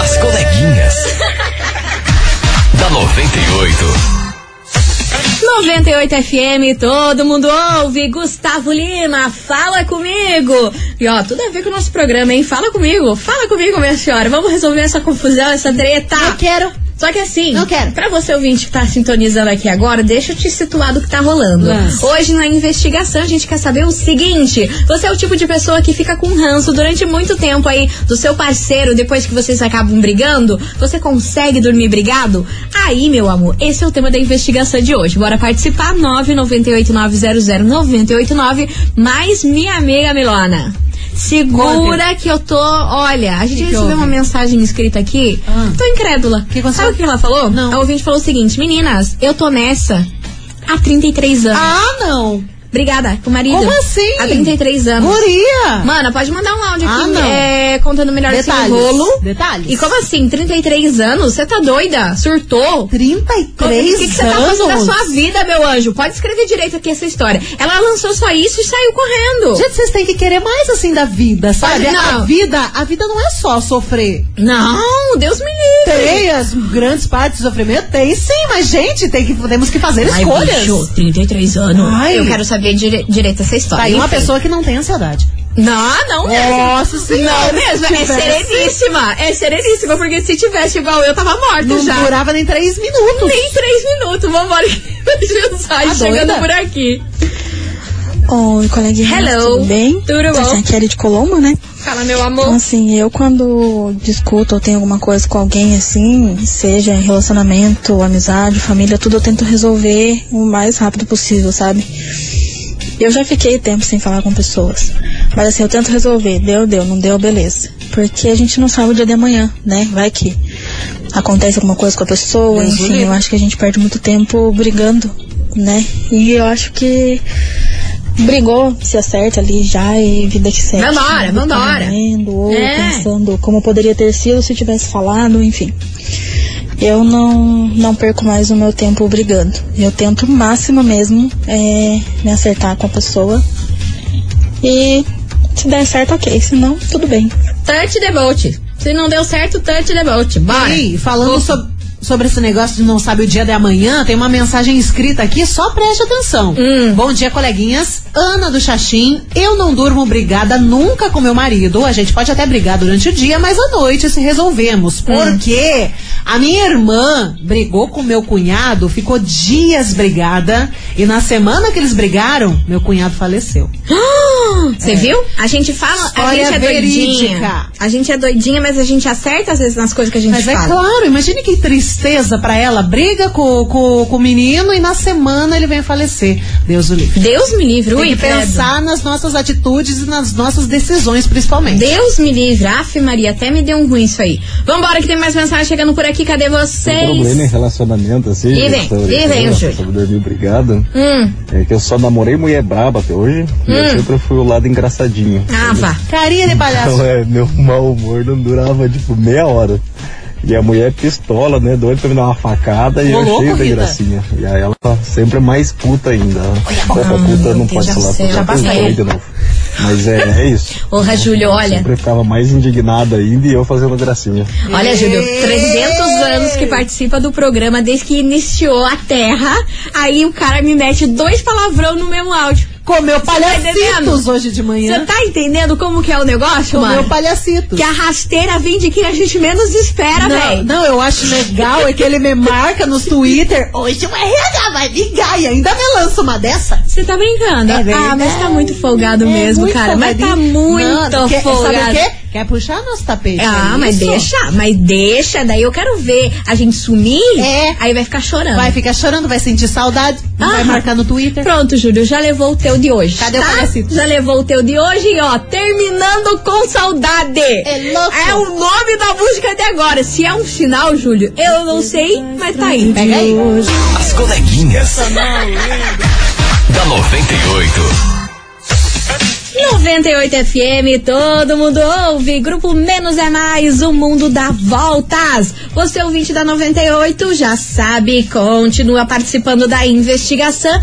Speaker 4: As coleguinhas. da 98.
Speaker 1: 98 FM, todo mundo ouve. Gustavo Lima, fala comigo. E ó, tudo a ver com o nosso programa, hein? Fala comigo, fala comigo, minha senhora. Vamos resolver essa confusão, essa treta.
Speaker 2: Eu quero.
Speaker 1: Só que assim,
Speaker 2: Não quero.
Speaker 1: pra você ouvinte que tá sintonizando aqui agora, deixa eu te situar do que tá rolando.
Speaker 2: Lança.
Speaker 1: Hoje na investigação a gente quer saber o seguinte: você é o tipo de pessoa que fica com ranço durante muito tempo aí do seu parceiro, depois que vocês acabam brigando, você consegue dormir brigado? Aí, meu amor, esse é o tema da investigação de hoje. Bora participar 998900989 mais minha amiga Milona. Segura que eu tô. Olha, a gente
Speaker 2: que
Speaker 1: recebeu
Speaker 2: houve?
Speaker 1: uma mensagem escrita aqui.
Speaker 2: Ah.
Speaker 1: Tô incrédula.
Speaker 2: Que que aconteceu?
Speaker 1: Sabe o que ela falou?
Speaker 2: Não.
Speaker 1: A ouvinte falou o seguinte: Meninas, eu tô nessa há 33 anos.
Speaker 2: Ah, não.
Speaker 1: Obrigada, com o marido.
Speaker 2: Como assim?
Speaker 1: Há 33 anos.
Speaker 2: Guria.
Speaker 1: Mana, pode mandar um áudio
Speaker 2: Ah,
Speaker 1: aqui
Speaker 2: não.
Speaker 1: é, contando melhor esse
Speaker 2: Detalhes.
Speaker 1: rolo.
Speaker 2: Detalhes.
Speaker 1: E como assim? 33 anos? Você tá doida? Surtou?
Speaker 2: 33
Speaker 1: o que, que você tá
Speaker 2: anos?
Speaker 1: fazendo da sua vida, meu anjo? Pode escrever direito aqui essa história. Ela lançou só isso e saiu correndo.
Speaker 2: Gente, vocês têm que querer mais assim da vida, sabe? A
Speaker 1: não.
Speaker 2: vida, a vida não é só sofrer.
Speaker 1: Não, Deus me livre.
Speaker 2: Tem as grandes partes do sofrimento? Tem sim, mas gente, tem que, temos que fazer
Speaker 1: Ai,
Speaker 2: escolhas.
Speaker 1: bicho, 33 anos.
Speaker 2: Ai.
Speaker 1: Eu quero saber dire- direito essa história.
Speaker 2: Tá aí uma
Speaker 1: Enfim.
Speaker 2: pessoa que não tem ansiedade.
Speaker 1: Não, não mesmo.
Speaker 2: Nossa senhora,
Speaker 1: Não mesmo, é
Speaker 2: se tivesse-
Speaker 1: sereníssima. É sereníssima, porque se tivesse igual eu, tava morta
Speaker 2: Não
Speaker 1: já.
Speaker 2: durava nem três minutos.
Speaker 1: Nem três minutos. Vambora. Sai
Speaker 2: Tá
Speaker 1: chegando
Speaker 2: doida?
Speaker 1: por aqui.
Speaker 11: Oi, coleguinha.
Speaker 1: Hello.
Speaker 11: Tudo bem?
Speaker 1: Tudo
Speaker 11: Aqui é
Speaker 1: bom?
Speaker 11: a Kelly de Colombo, né?
Speaker 1: Fala, meu
Speaker 11: Então,
Speaker 1: amor.
Speaker 11: assim, eu quando discuto ou tenho alguma coisa com alguém, assim, seja em relacionamento, amizade, família, tudo, eu tento resolver o mais rápido possível, sabe? Eu já fiquei tempo sem falar com pessoas. Mas assim, eu tento resolver. Deu, deu. Não deu, beleza. Porque a gente não sabe o dia de amanhã, né? Vai que acontece alguma coisa com a pessoa.
Speaker 2: Deus o
Speaker 11: enfim, eu
Speaker 2: livre.
Speaker 11: acho que a gente perde muito tempo brigando, né? E eu acho que brigou, se acerta ali já e vida que segue.
Speaker 1: Vambora,
Speaker 11: né?
Speaker 1: vambora.
Speaker 11: Comendo, ou
Speaker 1: É.
Speaker 11: pensando como poderia ter sido se tivesse falado, enfim. eu não, não perco mais o meu tempo brigando. Eu tento o máximo mesmo é, me acertar com a pessoa. E se der certo, ok. Se não, tudo bem.
Speaker 1: Touch the boat. Se não deu certo, touch the boat. Bora.
Speaker 2: Sim, falando Opa. sobre sobre esse negócio de não sabe o dia de amanhã, tem uma mensagem escrita aqui, só preste atenção. Hum. Bom dia, coleguinhas. Ana do Xaxim, eu não durmo brigada nunca com meu marido. A gente pode até brigar durante o dia, mas à noite se resolvemos. Porque hum. a minha irmã brigou com meu cunhado, ficou dias brigada, e na semana que eles brigaram, meu cunhado faleceu.
Speaker 1: Você é. viu? A gente fala, História a gente é verídica. doidinha. A gente é doidinha, mas a gente acerta às vezes nas coisas que a gente mas fala.
Speaker 2: Mas é claro, imagine que tristeza para ela. Briga com, com, com, o menino e na semana ele vem falecer. Deus o livre.
Speaker 1: Deus me livre,
Speaker 2: Tem
Speaker 1: ui,
Speaker 2: que credo. pensar nas nossas atitudes e nas nossas decisões, principalmente.
Speaker 1: Deus me livre. Aff, Maria, até me deu um ruim isso aí. Vambora que tem mais mensagem chegando por aqui. Cadê vocês? Tem
Speaker 12: problema em relacionamento, assim.
Speaker 1: E vem, sobre, e vem, Júlio.
Speaker 12: Sobre dormir brigado. Hum. É que eu só namorei mulher braba até hoje. Hum. eu sempre fui o lado engraçadinho.
Speaker 1: Ah, vá.
Speaker 2: Carinha de palhaço.
Speaker 12: Então, é, meu mau humor não durava, tipo, meia hora. E a mulher pistola, né? Doido pra me dar uma facada e Rolou eu cheio da gracinha. E aí ela tá sempre mais puta ainda. Olha, Opa, não, puta não pode falar
Speaker 1: sei, já passei. de novo.
Speaker 12: Mas é, é isso.
Speaker 1: Porra, então, Júlio, olha.
Speaker 12: Sempre ficava mais indignada ainda e eu fazendo gracinha.
Speaker 1: Olha, Júlio, 300 anos que participa do programa desde que iniciou a Terra. Aí o cara me mete dois palavrão no mesmo áudio
Speaker 2: comeu palhacitos tá hoje de manhã.
Speaker 1: Você tá entendendo como que é o negócio,
Speaker 2: comeu
Speaker 1: mano?
Speaker 2: Comeu palhacitos.
Speaker 1: Que é. a rasteira vem de quem a gente menos espera,
Speaker 2: velho. Não, não, eu acho legal é que ele me marca no Twitter. Hoje o RH vai ligar e ainda me lança uma dessa.
Speaker 1: Você tá brincando? É ah, mas tá muito folgado é mesmo, cara. Folgadinho. Mas tá muito não,
Speaker 2: quer,
Speaker 1: folgado.
Speaker 2: Sabe o quê? Quer puxar nosso tapete?
Speaker 1: Ah,
Speaker 2: é
Speaker 1: mas deixa, mas deixa. Daí eu quero ver a gente sumir. É. Aí vai ficar chorando.
Speaker 2: Vai ficar chorando, vai sentir saudade. Ah, vai marcar no Twitter.
Speaker 1: Pronto, Júlio, já levou o teu de hoje.
Speaker 2: Cadê
Speaker 1: tá?
Speaker 2: o palhacito?
Speaker 1: Já levou o teu de hoje e ó, terminando com saudade.
Speaker 2: É louco.
Speaker 1: É o nome da música de agora. Se é um sinal, Júlio, eu não sei, mas tá aí.
Speaker 2: Pega aí.
Speaker 4: As coleguinhas. da 98.
Speaker 1: 98 FM, todo mundo ouve. Grupo Menos é Mais, o mundo dá voltas. Você ouvinte da 98 já sabe, continua participando da investigação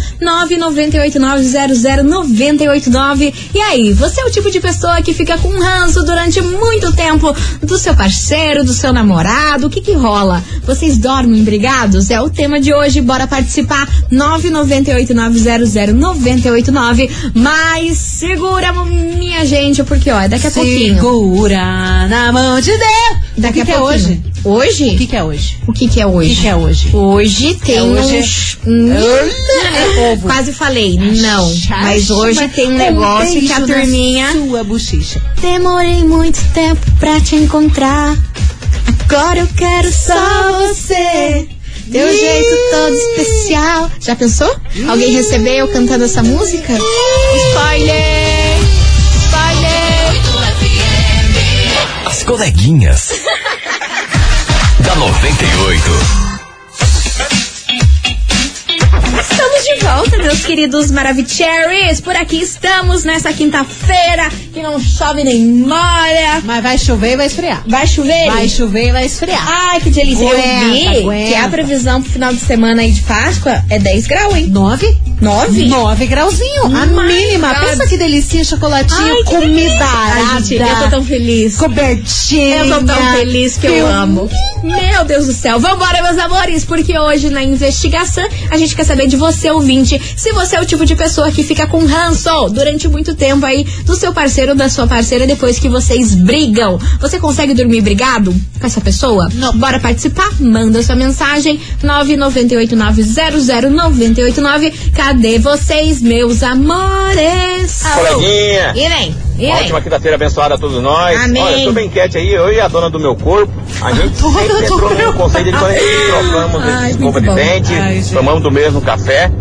Speaker 1: 998900989. E aí, você é o tipo de pessoa que fica com ranço durante muito tempo do seu parceiro, do seu namorado? O que que rola? Vocês dormem brigados? É o tema de hoje, bora participar 998900989. Mas segura minha gente, porque ó, é daqui a
Speaker 2: Segura
Speaker 1: pouquinho.
Speaker 2: Segura na mão de Deus.
Speaker 1: Daqui
Speaker 2: o que
Speaker 1: a
Speaker 2: pouquinho.
Speaker 1: É hoje? Hoje?
Speaker 2: O que, que, é hoje?
Speaker 1: O que, que é hoje?
Speaker 2: O que, que, é hoje?
Speaker 1: Hoje tem é hoje... uns.
Speaker 2: É
Speaker 1: Quase falei, não. Mas hoje mas tem um negócio que a turminha.
Speaker 2: Sua bochicha.
Speaker 1: Demorei muito tempo pra te encontrar. Agora eu quero só você. Teu jeito todo especial. Já pensou? Alguém recebeu cantando essa música? Spoiler!
Speaker 4: As coleguinhas. da 98.
Speaker 1: Estamos de volta, meus queridos Maravicheries. Por aqui estamos nessa quinta-feira que não chove nem molha.
Speaker 2: Mas vai chover e vai esfriar.
Speaker 1: Vai chover?
Speaker 2: Vai chover e vai esfriar.
Speaker 1: Ai, que delícia. Aguenta, Eu vi aguenta. que a previsão pro final de semana aí de Páscoa é 10 graus, hein?
Speaker 2: 9?
Speaker 1: 9?
Speaker 2: 9 grauzinho. Oh a mínima. God. Pensa que delícia, chocolatinho, Ai, comida
Speaker 1: arada. Eu tô tão feliz.
Speaker 2: Cobertinha.
Speaker 1: Eu tô tão feliz que eu, eu amo. Meu Deus do céu. Vambora, meus amores, porque hoje na investigação a gente quer saber de você, ouvinte, se você é o tipo de pessoa que fica com ranço durante muito tempo aí do seu parceiro ou da sua parceira depois que vocês brigam. Você consegue dormir brigado com essa pessoa?
Speaker 2: Não.
Speaker 1: Bora participar? Manda sua mensagem 998900989. Cadê vocês, meus amores?
Speaker 13: Coleguinha.
Speaker 1: E vem. E
Speaker 13: Ótima quinta-feira abençoada a todos nós.
Speaker 1: Amém.
Speaker 13: Olha, sobre a enquete aí, eu e a dona do meu corpo, a gente sempre entrou no conceito de quando a gente trocamos escova de dente, Ai, tomamos do mesmo café,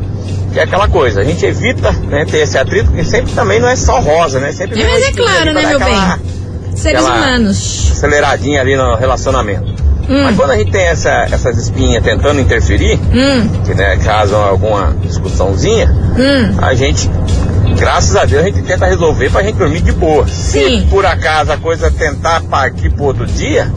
Speaker 13: que é aquela coisa, a gente evita né, ter esse atrito, que sempre também não é só rosa, né? Sempre
Speaker 1: é, mas é claro, né, meu
Speaker 13: aquela,
Speaker 1: bem? Seres aquela humanos.
Speaker 13: Aceleradinha ali no relacionamento. Hum. Mas quando a gente tem essa, essas espinhas tentando interferir,
Speaker 1: hum.
Speaker 13: que né, causam alguma discussãozinha,
Speaker 1: hum.
Speaker 13: a gente graças a Deus a gente tenta resolver pra gente dormir de boa. Se por acaso a coisa tentar partir pro outro dia,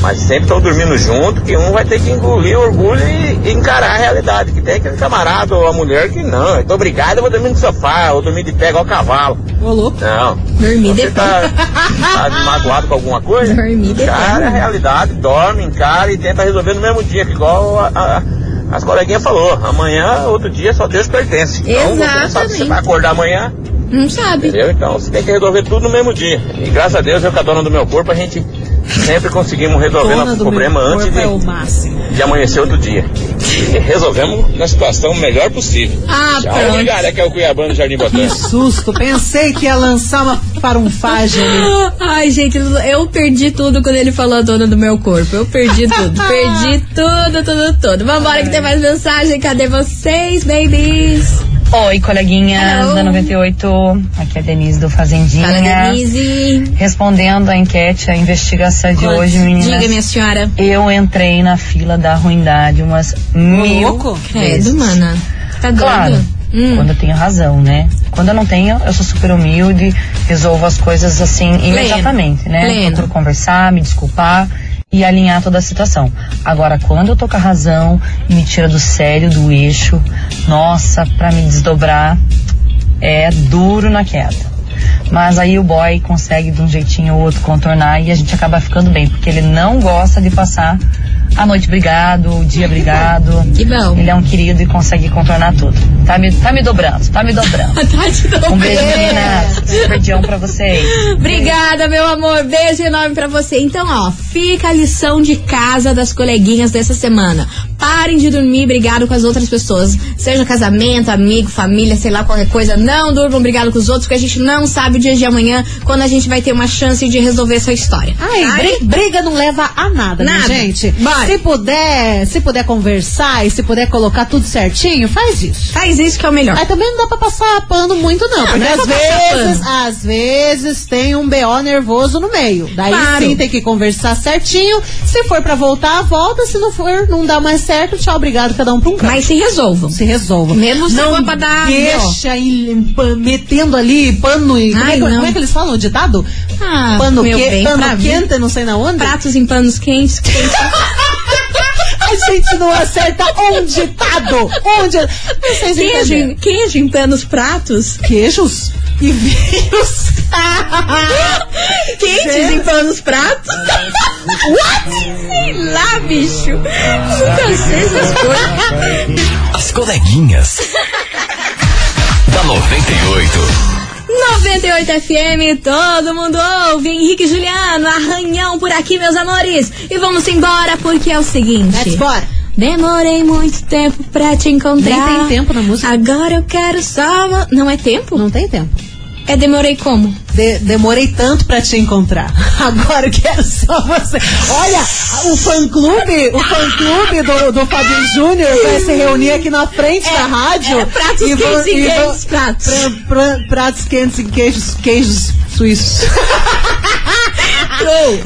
Speaker 13: mas sempre estão dormindo junto, que um vai ter que engolir o orgulho e, e encarar a realidade. Que tem aquele camarada ou a mulher que não, eu tô obrigado, eu vou dormir no sofá, ou dormir de pé igual cavalo.
Speaker 2: Ô, louco.
Speaker 13: Não.
Speaker 1: Dormir
Speaker 13: Você tá, tá magoado com alguma coisa? Dormir
Speaker 1: de
Speaker 13: Cara, é a realidade, dorme, encara e tenta resolver no mesmo dia, que igual a- a- as coleguinhas falou, amanhã, outro dia, só Deus pertence. Então, você não sabe se você vai acordar amanhã,
Speaker 1: Não sabe.
Speaker 13: Entendeu? Então você tem que resolver tudo no mesmo dia. E graças a Deus, eu com a dona do meu corpo, a gente sempre conseguimos resolver
Speaker 8: Dona
Speaker 13: nosso
Speaker 8: do meu
Speaker 13: problema antes
Speaker 8: corpo
Speaker 13: de,
Speaker 8: é o máximo.
Speaker 13: de amanhecer outro dia. E resolvemos na situação o melhor possível.
Speaker 2: Ah,
Speaker 13: Tchau,
Speaker 2: pronto.
Speaker 13: Jacaré, que é o Cuiabano do Jardim
Speaker 2: Que
Speaker 13: Botânico.
Speaker 2: susto, pensei que ia lançar uma farunfagem ali.
Speaker 1: Ai, gente, eu perdi tudo quando ele falou a dona do meu corpo. Eu perdi tudo. perdi tudo, tudo, tudo. Vambora que tem mais mensagem. Cadê vocês, babies?
Speaker 9: Oi, coleguinha da 98. Aqui é a Denise do Fazendinha.
Speaker 1: Fala, Denise.
Speaker 9: Respondendo a enquete, a investigação de
Speaker 1: Conte.
Speaker 9: hoje, meninas.
Speaker 1: Diga, minha senhora.
Speaker 9: Eu entrei na fila da ruindade umas mil
Speaker 1: louco?
Speaker 9: vezes.
Speaker 1: Credo, mana. Tá doido?
Speaker 9: é Claro.
Speaker 1: Hum.
Speaker 9: Quando eu tenho razão, né? Quando eu não tenho, eu sou super humilde, resolvo as coisas assim imediatamente, né?
Speaker 1: pleno.
Speaker 9: Procuro conversar, me desculpar e alinhar toda a situação. Agora, quando eu tô com a razão e me tira do sério, do eixo, nossa, pra me desdobrar, é duro na queda. Mas aí o boy consegue de um jeitinho ou outro contornar e a gente acaba ficando bem, porque ele não gosta de passar a noite brigado, o dia brigado.
Speaker 1: Que bom.
Speaker 9: Ele é um querido e consegue contornar tudo. Tá me, tá me dobrando, tá me dobrando. Um beijo,
Speaker 1: É.
Speaker 9: meninas. Superdião pra vocês.
Speaker 1: Obrigada, meu amor. Beijo enorme pra você. Então, ó, fica a lição de casa das coleguinhas dessa semana. Parem de dormir brigado com as outras pessoas. Seja casamento, amigo, família, sei lá, qualquer coisa. Não durmam brigado com os outros, porque a gente não sabe o dia de amanhã quando a gente vai ter uma chance de resolver essa história.
Speaker 2: Ai, bri- briga não leva a nada, né,
Speaker 1: Nada.
Speaker 2: gente? Se puder, se puder conversar e se puder colocar tudo certinho, faz isso.
Speaker 1: Faz isso que é o melhor.
Speaker 2: Mas também não dá pra passar pano muito, não.
Speaker 1: Não,
Speaker 2: porque
Speaker 1: não é
Speaker 2: às
Speaker 1: pra passar
Speaker 2: vezes, às vezes tem um BO nervoso no meio. Daí
Speaker 1: Claro.
Speaker 2: sim tem que conversar certinho. Se for pra voltar, volta. Se não for, não dá mais certo. Tchau, obrigado, cada um pra um canto.
Speaker 1: Mas se resolvam.
Speaker 2: Se resolvam.
Speaker 1: Mesmo se
Speaker 2: não
Speaker 1: for pra dar,
Speaker 2: deixa ir pa- metendo ali pano e. como, é,
Speaker 1: Ai,
Speaker 2: que-
Speaker 1: não.
Speaker 2: como é que eles falam o ditado?
Speaker 1: Ah,
Speaker 2: pano
Speaker 1: meu
Speaker 2: que-
Speaker 1: bem, pra
Speaker 2: pano
Speaker 1: mim.
Speaker 2: quente, não sei na onde.
Speaker 1: Pratos em panos quentes. quentes.
Speaker 2: A gente não acerta um ditado. Um ditado. Vocês
Speaker 1: Queijo,
Speaker 2: entenderam.
Speaker 1: em- queijo em panos pratos?
Speaker 2: Queijos e vinhos.
Speaker 1: Quentes em panos pratos? What? Sei lá, bicho. Nunca sei essas coisas.
Speaker 4: As coleguinhas. da 98.
Speaker 1: 98 FM, todo mundo ouve. Henrique e Juliano, arranhão por aqui, meus amores. E vamos embora, porque é o seguinte.
Speaker 2: Let's bora.
Speaker 1: Demorei muito tempo pra te encontrar.
Speaker 2: Nem tem tempo na música.
Speaker 1: Agora eu quero só. vo- Não é tempo?
Speaker 2: Não tem tempo.
Speaker 1: É demorei como?
Speaker 2: De- demorei tanto pra te encontrar. Agora eu quero só você. Olha, o fã clube, o fã clube do, do Fábio Júnior vai se reunir aqui na frente da rádio.
Speaker 1: é, pratos
Speaker 2: vão-
Speaker 1: quentes e
Speaker 2: vão-
Speaker 1: queijos, pratos.
Speaker 2: pra- pra- pratos quentes e queijos, queijos suíços.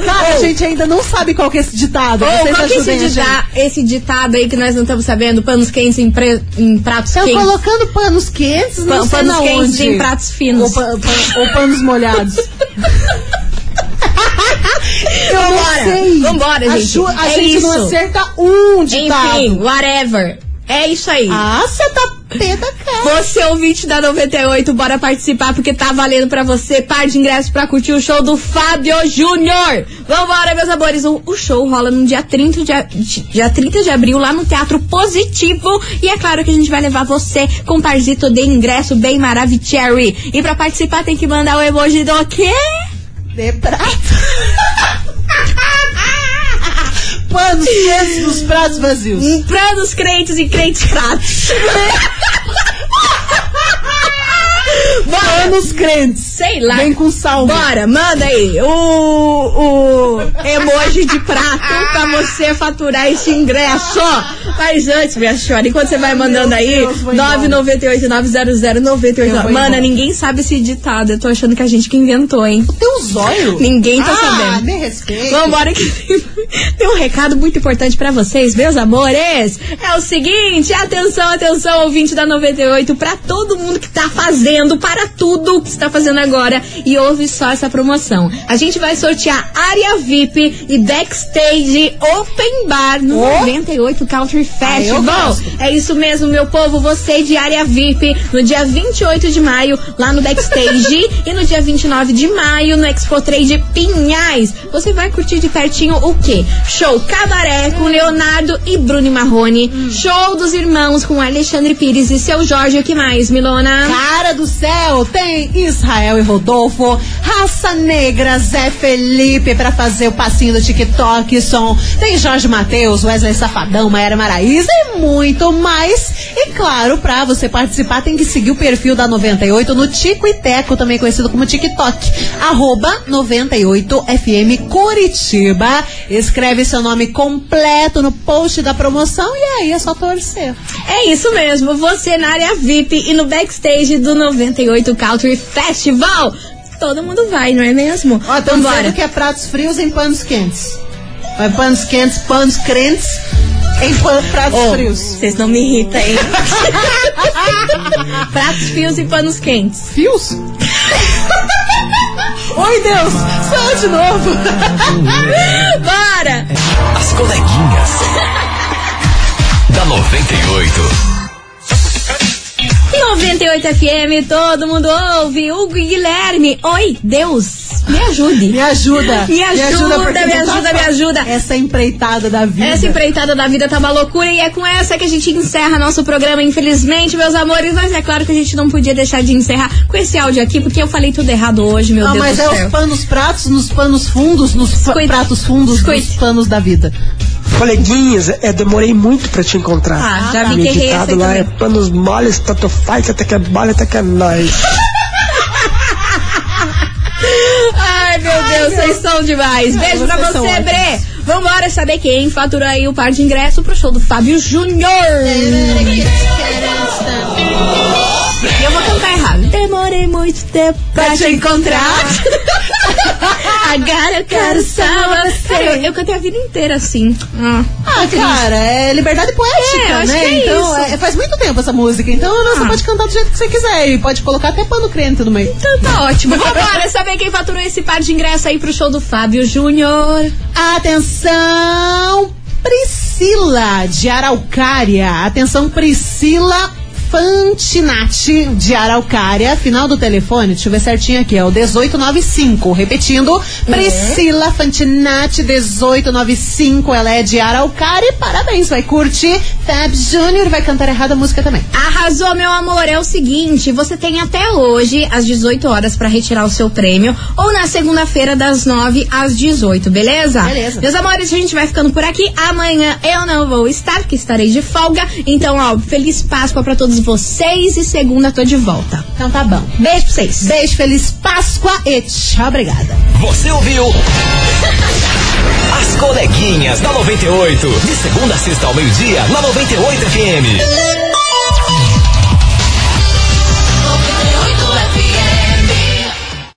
Speaker 2: Cara, a gente ainda não sabe qual que é esse ditado.
Speaker 1: Ou
Speaker 2: Vocês
Speaker 1: qual que é esse,
Speaker 2: ajudem a gente.
Speaker 1: dita- esse ditado aí que nós não estamos sabendo? Panos quentes em, pre- em pratos
Speaker 2: Estão
Speaker 1: quentes.
Speaker 2: Tá colocando panos quentes, não
Speaker 1: Pa-
Speaker 2: sei
Speaker 1: panos
Speaker 2: na
Speaker 1: quentes
Speaker 2: onde.
Speaker 1: em pratos finos.
Speaker 2: Ou, pa- pa- ou panos molhados. Eu não
Speaker 1: Vambora,
Speaker 2: sei.
Speaker 1: vambora,
Speaker 2: A
Speaker 1: gente.
Speaker 2: Ju- A
Speaker 1: É
Speaker 2: gente
Speaker 1: isso.
Speaker 2: não acerta um ditado.
Speaker 1: Enfim, whatever. É isso aí.
Speaker 2: Ah, você tá pé da cara.
Speaker 1: Você ouvinte da 98, bora participar porque tá valendo pra você par de ingressos pra curtir o show do Fábio Júnior. Vambora, meus amores. O, o show rola no dia 30 de, a- de- dia 30 de abril lá no Teatro Positivo. E é claro que a gente vai levar você com um parzito de ingresso bem maravicherry. E pra participar tem que mandar o emoji do quê?
Speaker 2: De prato. Panos quentes nos pratos vazios.
Speaker 1: Pra nos crentes e crentes pratos.
Speaker 2: Panos crentes.
Speaker 1: Sei lá.
Speaker 2: Vem com salmo.
Speaker 1: Bora, manda aí o, o emoji de
Speaker 2: Ah.
Speaker 1: prato pra você faturar esse ingresso. Mas antes, minha senhora, enquanto você vai mandando aí,
Speaker 2: Deus, vou embora.
Speaker 1: 998-900-989.
Speaker 2: Eu vou
Speaker 1: Mana,
Speaker 2: embora.
Speaker 1: ninguém sabe esse ditado. Eu tô achando que a gente que inventou, hein?
Speaker 2: Tem um zóio?
Speaker 1: Ninguém tá
Speaker 2: ah,
Speaker 1: sabendo.
Speaker 2: me respeita.
Speaker 1: Vambora que tem um recado muito importante pra vocês, meus amores. É o seguinte, atenção, atenção, ouvinte da 98, pra todo mundo que tá fazendo, para tudo que está fazendo agora e ouve só essa promoção. A gente vai sortear área VIP e backstage open bar no 98 Country Festival. é isso mesmo, meu povo, você de área VIP no dia 28 de maio lá no backstage e no dia 29 de maio no Expo Trade Pinhais. Você vai curtir de pertinho o quê? Show Cabaré com Leonardo e Bruno Marrone, show dos irmãos com Alexandre Pires e seu Jorge, o que mais, Milona?
Speaker 2: Cara do céu, tem Israel e Rodolfo, Raça Negra, Zé Felipe pra fazer o passinho do TikTok, som. Tem Jorge Matheus, Wesley Safadão, Maera Maraíza e muito mais. E claro, pra você participar, tem que seguir o perfil da 98 no Tico e Teco, também conhecido como TikTok. Arroba 98FM Curitiba. Escreve seu nome completo no post da promoção e aí é só torcer.
Speaker 1: É isso mesmo, você na área VIP e no backstage do 98 Country Festival. Todo mundo vai, não é mesmo?
Speaker 2: Ó, estão
Speaker 1: Vambora.
Speaker 2: dizendo que é pratos frios em panos quentes. É panos quentes, panos crentes em pan- pratos
Speaker 1: Ô,
Speaker 2: frios.
Speaker 1: Vocês não me irritam, hein? Pratos fios e panos quentes.
Speaker 2: Fios? Oi, Deus!
Speaker 1: é
Speaker 2: Sou eu de novo!
Speaker 1: Bora!
Speaker 4: As coleguinhas. da 98.
Speaker 1: 98 FM, todo mundo ouve. Hugo Guilherme. Oi, Deus, me ajude.
Speaker 2: Me ajuda!
Speaker 1: Me ajuda,
Speaker 2: porque
Speaker 1: me
Speaker 2: não tá
Speaker 1: ajuda, me
Speaker 2: fácil.
Speaker 1: ajuda.
Speaker 2: Essa empreitada da vida.
Speaker 1: Essa empreitada da vida tá uma loucura e é com essa que a gente encerra nosso programa, infelizmente, meus amores. Mas é claro que a gente não podia deixar de encerrar com esse áudio aqui, porque eu falei tudo errado hoje, meu
Speaker 2: Ah,
Speaker 1: Deus
Speaker 2: mas
Speaker 1: do
Speaker 2: é
Speaker 1: céu.
Speaker 2: os panos pratos, nos panos fundos, nos fa-
Speaker 1: Squid.
Speaker 2: pratos fundos, nos
Speaker 1: Squid.
Speaker 2: panos da vida.
Speaker 14: Coleguinhas, é, demorei muito pra te encontrar.
Speaker 1: Ah, já vi
Speaker 14: Meu
Speaker 1: que errei
Speaker 14: ditado
Speaker 1: essa
Speaker 14: lá
Speaker 1: aí
Speaker 14: é
Speaker 1: também.
Speaker 14: panos moles, tanto faz, até que é mole, até que é nóis.
Speaker 1: Ai, meu Deus, vocês são demais. Beijo
Speaker 2: Ai,
Speaker 1: pra
Speaker 2: vocês são
Speaker 1: você,
Speaker 2: ótimos.
Speaker 1: Bre. Vambora saber quem faturou aí o par de ingresso pro show do Fábio Júnior. E Eu vou cantar errado. Demorei muito tempo pra te encontrar. Agora eu quero só você. Cara, eu, eu cantei a vida inteira assim. Ah,
Speaker 2: Ah, cara, é liberdade poética,
Speaker 1: É, eu acho
Speaker 2: né?
Speaker 1: que é
Speaker 2: então,
Speaker 1: isso. Ah.
Speaker 2: é- faz muito tempo essa música. Então, você pode cantar do jeito que você quiser. E pode colocar até pano crente no meio.
Speaker 1: então tá ótimo. Vambora saber quem faturou esse par de ingresso aí pro show do Fábio Júnior.
Speaker 2: Atenção, Priscila de Araucária. Atenção, Priscila Fantinati de Araucária. Final do telefone, deixa eu ver certinho aqui, é o 1895. Repetindo,
Speaker 1: É.
Speaker 2: Priscila Fantinati 1895. Ela é de Araucária. E Parabéns, vai curtir. Fab Júnior vai cantar errado a música também.
Speaker 1: Arrasou, meu amor. É o seguinte, você tem até hoje, às 18 horas, pra retirar o seu prêmio. Ou na segunda-feira, das 9 às 18, beleza?
Speaker 2: Beleza.
Speaker 1: Meus amores, a gente vai ficando por aqui. Amanhã eu não vou estar, que estarei de folga. Então, ó, feliz Páscoa pra todos vocês. E segunda, tô de volta.
Speaker 2: Então tá bom.
Speaker 1: Beijo pra vocês.
Speaker 2: Beijo, feliz Páscoa e tchau, obrigada.
Speaker 4: Você ouviu? As coleguinhas da 98. De segunda a sexta ao meio-dia, na 98 FM.